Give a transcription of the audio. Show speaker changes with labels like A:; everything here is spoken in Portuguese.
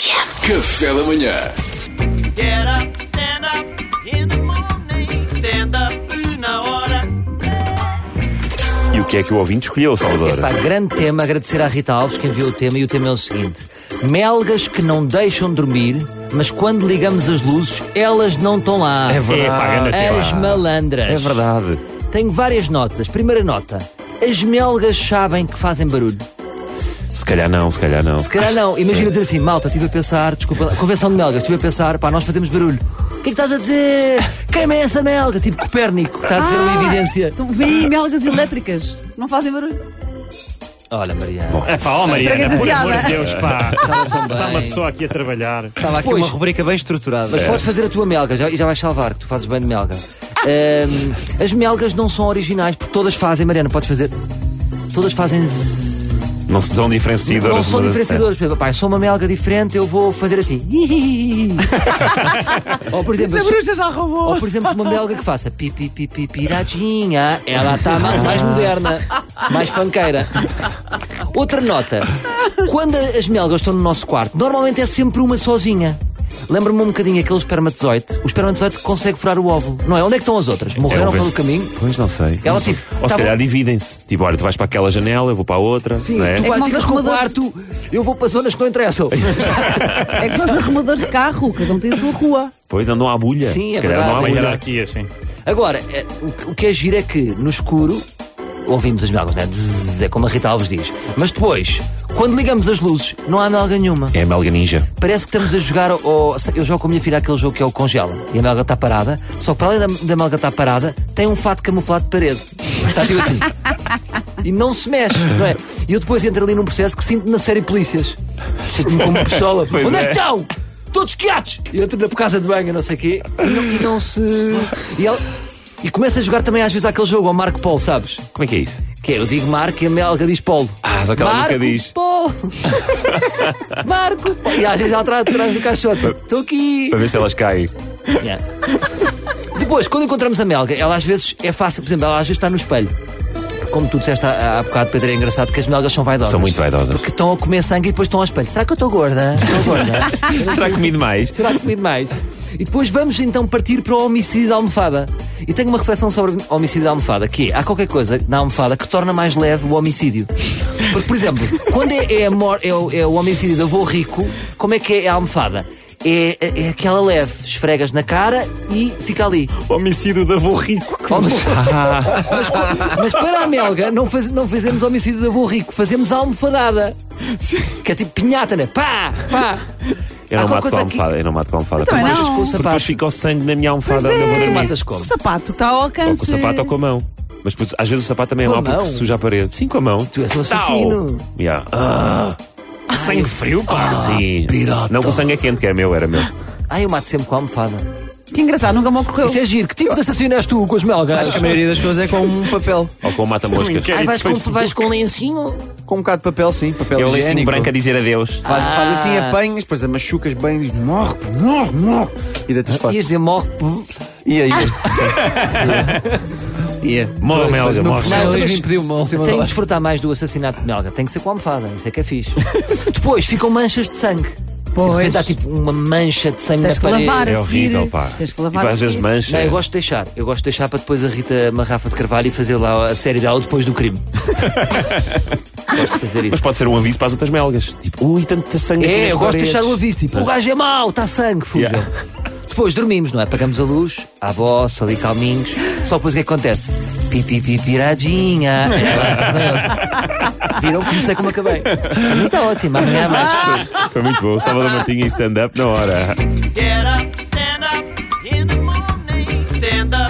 A: Café da manhã.
B: Get up, stand up in the morning. Stand up na hora.
C: E o que é que o ouvinte escolheu, Salvador?
D: Pá, grande tema, agradecer à Rita Alves que enviou o tema e o tema é o seguinte: melgas que não deixam dormir, mas quando ligamos as luzes, elas não estão lá.
C: É verdade. É, pá,
D: As
C: grande
D: malandras.
C: É verdade.
D: Tenho várias notas. Primeira nota: as melgas sabem que fazem barulho.
C: Se calhar não, se calhar não.
D: Se calhar não. Imagina dizer assim, malta, estive a pensar, desculpa, lá, convenção de melgas, estive a pensar, pá, nós fazemos barulho. O que é que estás a dizer? Queima essa melga? Tipo Copérnico, que está a dizer uma
C: Ah!
D: evidência.
E: Então, vêm melgas elétricas. Não fazem barulho.
D: Olha, Mariana.
F: É pá, ó Mariana,
E: Estraga-te
F: por
E: a
F: amor de
E: piada.
F: Deus, pá.
D: tão
F: Está uma
D: bem.
F: pessoa aqui a trabalhar.
G: Estava aqui
D: Pois.
G: uma rubrica bem estruturada.
D: Mas podes fazer a tua melga, já, e já vais salvar, que tu fazes bem de melga. Ahm, as melgas não são originais, porque todas fazem, Mariana, podes fazer. Todas fazem. zzz.
C: Não se são diferenciadoras.
D: Não são
C: umas das-
D: diferenciadores. Por exemplo, Pá, eu sou uma melga diferente, eu vou fazer assim. ou, por
G: é
D: exemplo,
E: A
D: eu sou-
E: bruxa já roubou.
D: ou, por exemplo, uma melga que faça pi, pi, pi, pi, piradinha. Ela está mais moderna, mais fanqueira. Outra nota. Quando a- as melgas estão no nosso quarto, normalmente é sempre uma sozinha. Lembra-me um bocadinho aquele espermatozoide. O espermatozoide que consegue furar o óvulo. Não é? Onde é que estão as outras?
C: É,
D: Morreram
C: ou
D: pelo
C: vê-se-
D: caminho?
C: Pois não sei.
D: Ela, tipo,
C: Ou se
D: tava-
C: calhar dividem-se. Tipo, olha, tu vais para aquela janela, eu vou para a outra.
D: Sim,
C: não é?
D: tu
E: como
D: vais,
E: os
D: ficas com o
E: arrumadores.
D: quarto, eu vou para zonas que não interessam.
E: É que nós arrumadores de carro, cada um tem a sua rua.
C: Pois não, não há bulha.
D: Sim,
C: se
D: é
C: calhar não há
D: verdade.
F: Uma
C: bulha.
F: hierarquia, assim.
D: Agora, eh, o que- o que é giro é que no escuro ouvimos as melgas, né? Zzz, é como a Rita Alves diz. Mas depois, quando ligamos as luzes, não há melga nenhuma.
C: É a melga ninja.
D: Parece que estamos a jogar. ao- ao- eu jogo com a minha filha aquele jogo que é o Congela. E a melga está parada. Só que para além da, da melga estar parada, tem um fato camuflado de parede. Está tipo assim. E não se mexe, não é? E eu depois entro ali num processo que sinto na série Polícias. Sinto-me como pistola.
C: Pois
D: Onde é,
C: é.
D: que estão? Todos quietos! E eu entro na casa de banho, não sei o quê. E não, e não se. E, ela- e começa a jogar também às vezes aquele jogo, ao Marco Polo, sabes?
C: Como é que é isso?
D: Que é, eu digo Marco e a Melga diz Polo.
C: Ah, só que ela
D: Marco,
C: nunca diz.
D: Polo. Marco. Polo. E às vezes ela atrás, atrás do caixote. Estou aqui.
C: Para ver se elas caem.
D: Yeah. Depois, quando encontramos a Melga, ela às vezes é fácil, por exemplo, ela às vezes está no espelho. Porque Como tu disseste há, há bocado, Pedro, é engraçado que as melgas são vaidosas.
C: São muito vaidosas.
D: Porque estão a comer sangue e depois estão ao espelho. Será que eu estou gorda? Estou gorda.
C: Será que comi demais?
D: Será que comi demais? E depois vamos então partir para o homicídio da almofada. E tenho uma reflexão sobre o homicídio da almofada, que é, há qualquer coisa na almofada que torna mais leve o homicídio. Porque, por exemplo, quando é, é a mor- é o, é o homicídio do avô rico, como é que é a almofada? É, é- é aquela leve, esfregas na cara e fica ali.
C: Homicídio da avô rico.
D: Mas, mas co- mas para a melga não, faz- não fazemos homicídio da avô rico, fazemos a almofadada. Que é tipo pinhata, né? Pá, pá.
C: Eu
D: Há
C: não mato
D: qualquer
C: com
D: coisa
C: a
D: aqui-
C: almofada. Eu não mato com a almofada.
E: Então,
C: Porque
E: não.
D: Manjas com o sapato.
C: depois fica o sangue na minha almofada.
E: Pois é.
C: onde eu
D: Tu
C: dormi.
D: matas como?
E: O sapato que está ao
C: Ou
E: alcance.
C: com o sapato ou com a mão. Mas putz, às vezes o sapato também é
D: eh, Com a
C: mau porque
D: mão?
C: suja a parede. Sim, com a mão.
D: Tu és um assassino.
C: Tau. Yeah. Ah,
D: Ai, eu-
C: frio, pá. Sim.
D: pirata.
C: Não, com sangue é quente, que é meu, era meu.
D: Ai, eu mato sempre com a almofada.
E: Que engraçado, nunca me ocorreu.
D: Isso é giro. Que tipo de assassino és tu com os melgas?
G: Acho que a maioria das pessoas é com um papel.
C: Ou com mata-moscas.
F: Sim,
D: Ai, Ah, vais com,
F: Facebook.
D: vais com lencinho?
G: Com um bocado de papel, sim. Papel
C: Eu leio assim
G: higiênico.
C: branco a dizer adeus.
G: Faz, faz assim, apanhas, depois machucas bem e diz, morre, pô, morre, morre. E deitas fora.
D: Ah, Ias dizer morre. pum.
G: E aí? Ia.
C: Ah. Morre, Melga, morre.
D: Não,
G: Hoje
D: mas
G: me pediu uma última
D: Tenho de
G: dose.
D: desfrutar mais do assassinato de melga. Tem que ser com a almofada. Isso é que é fixe. Depois ficam manchas de sangue.
E: Pois.
D: E de repente Dá tipo uma mancha de sangue
E: Tens
D: na
E: que
D: parede.
E: lavar
C: É
E: a seguir.
C: horrível, pá.
E: Tens que
C: E
E: lavar
C: pá,
E: a
C: às vezes
E: seguir.
C: mancha.
D: Não, eu gosto de deixar. Eu gosto de deixar para depois a Rita Marrafa de Carvalho e fazer lá a série dela depois do crime. gosto de fazer
C: Mas
D: isso.
C: pode ser um aviso para as outras melgas. Tipo, ui, tanto sangue aqui
D: É,
C: nas
D: eu gosto de
C: paredes.
D: deixar o aviso, tipo, o gajo é mau, está sangue, fujam.
C: Yeah.
D: Depois dormimos, não é? Apagamos a luz, à bossa, ali calminhos. Só depois o que é que acontece? Pipi, pi, piradinha. Viram? Comecei como acabei. Para mim está ótimo, amanhã há mais.
C: Foi muito bom. Salvador Martinha em stand-up na hora.
B: Get up, stand up in the morning. Stand up.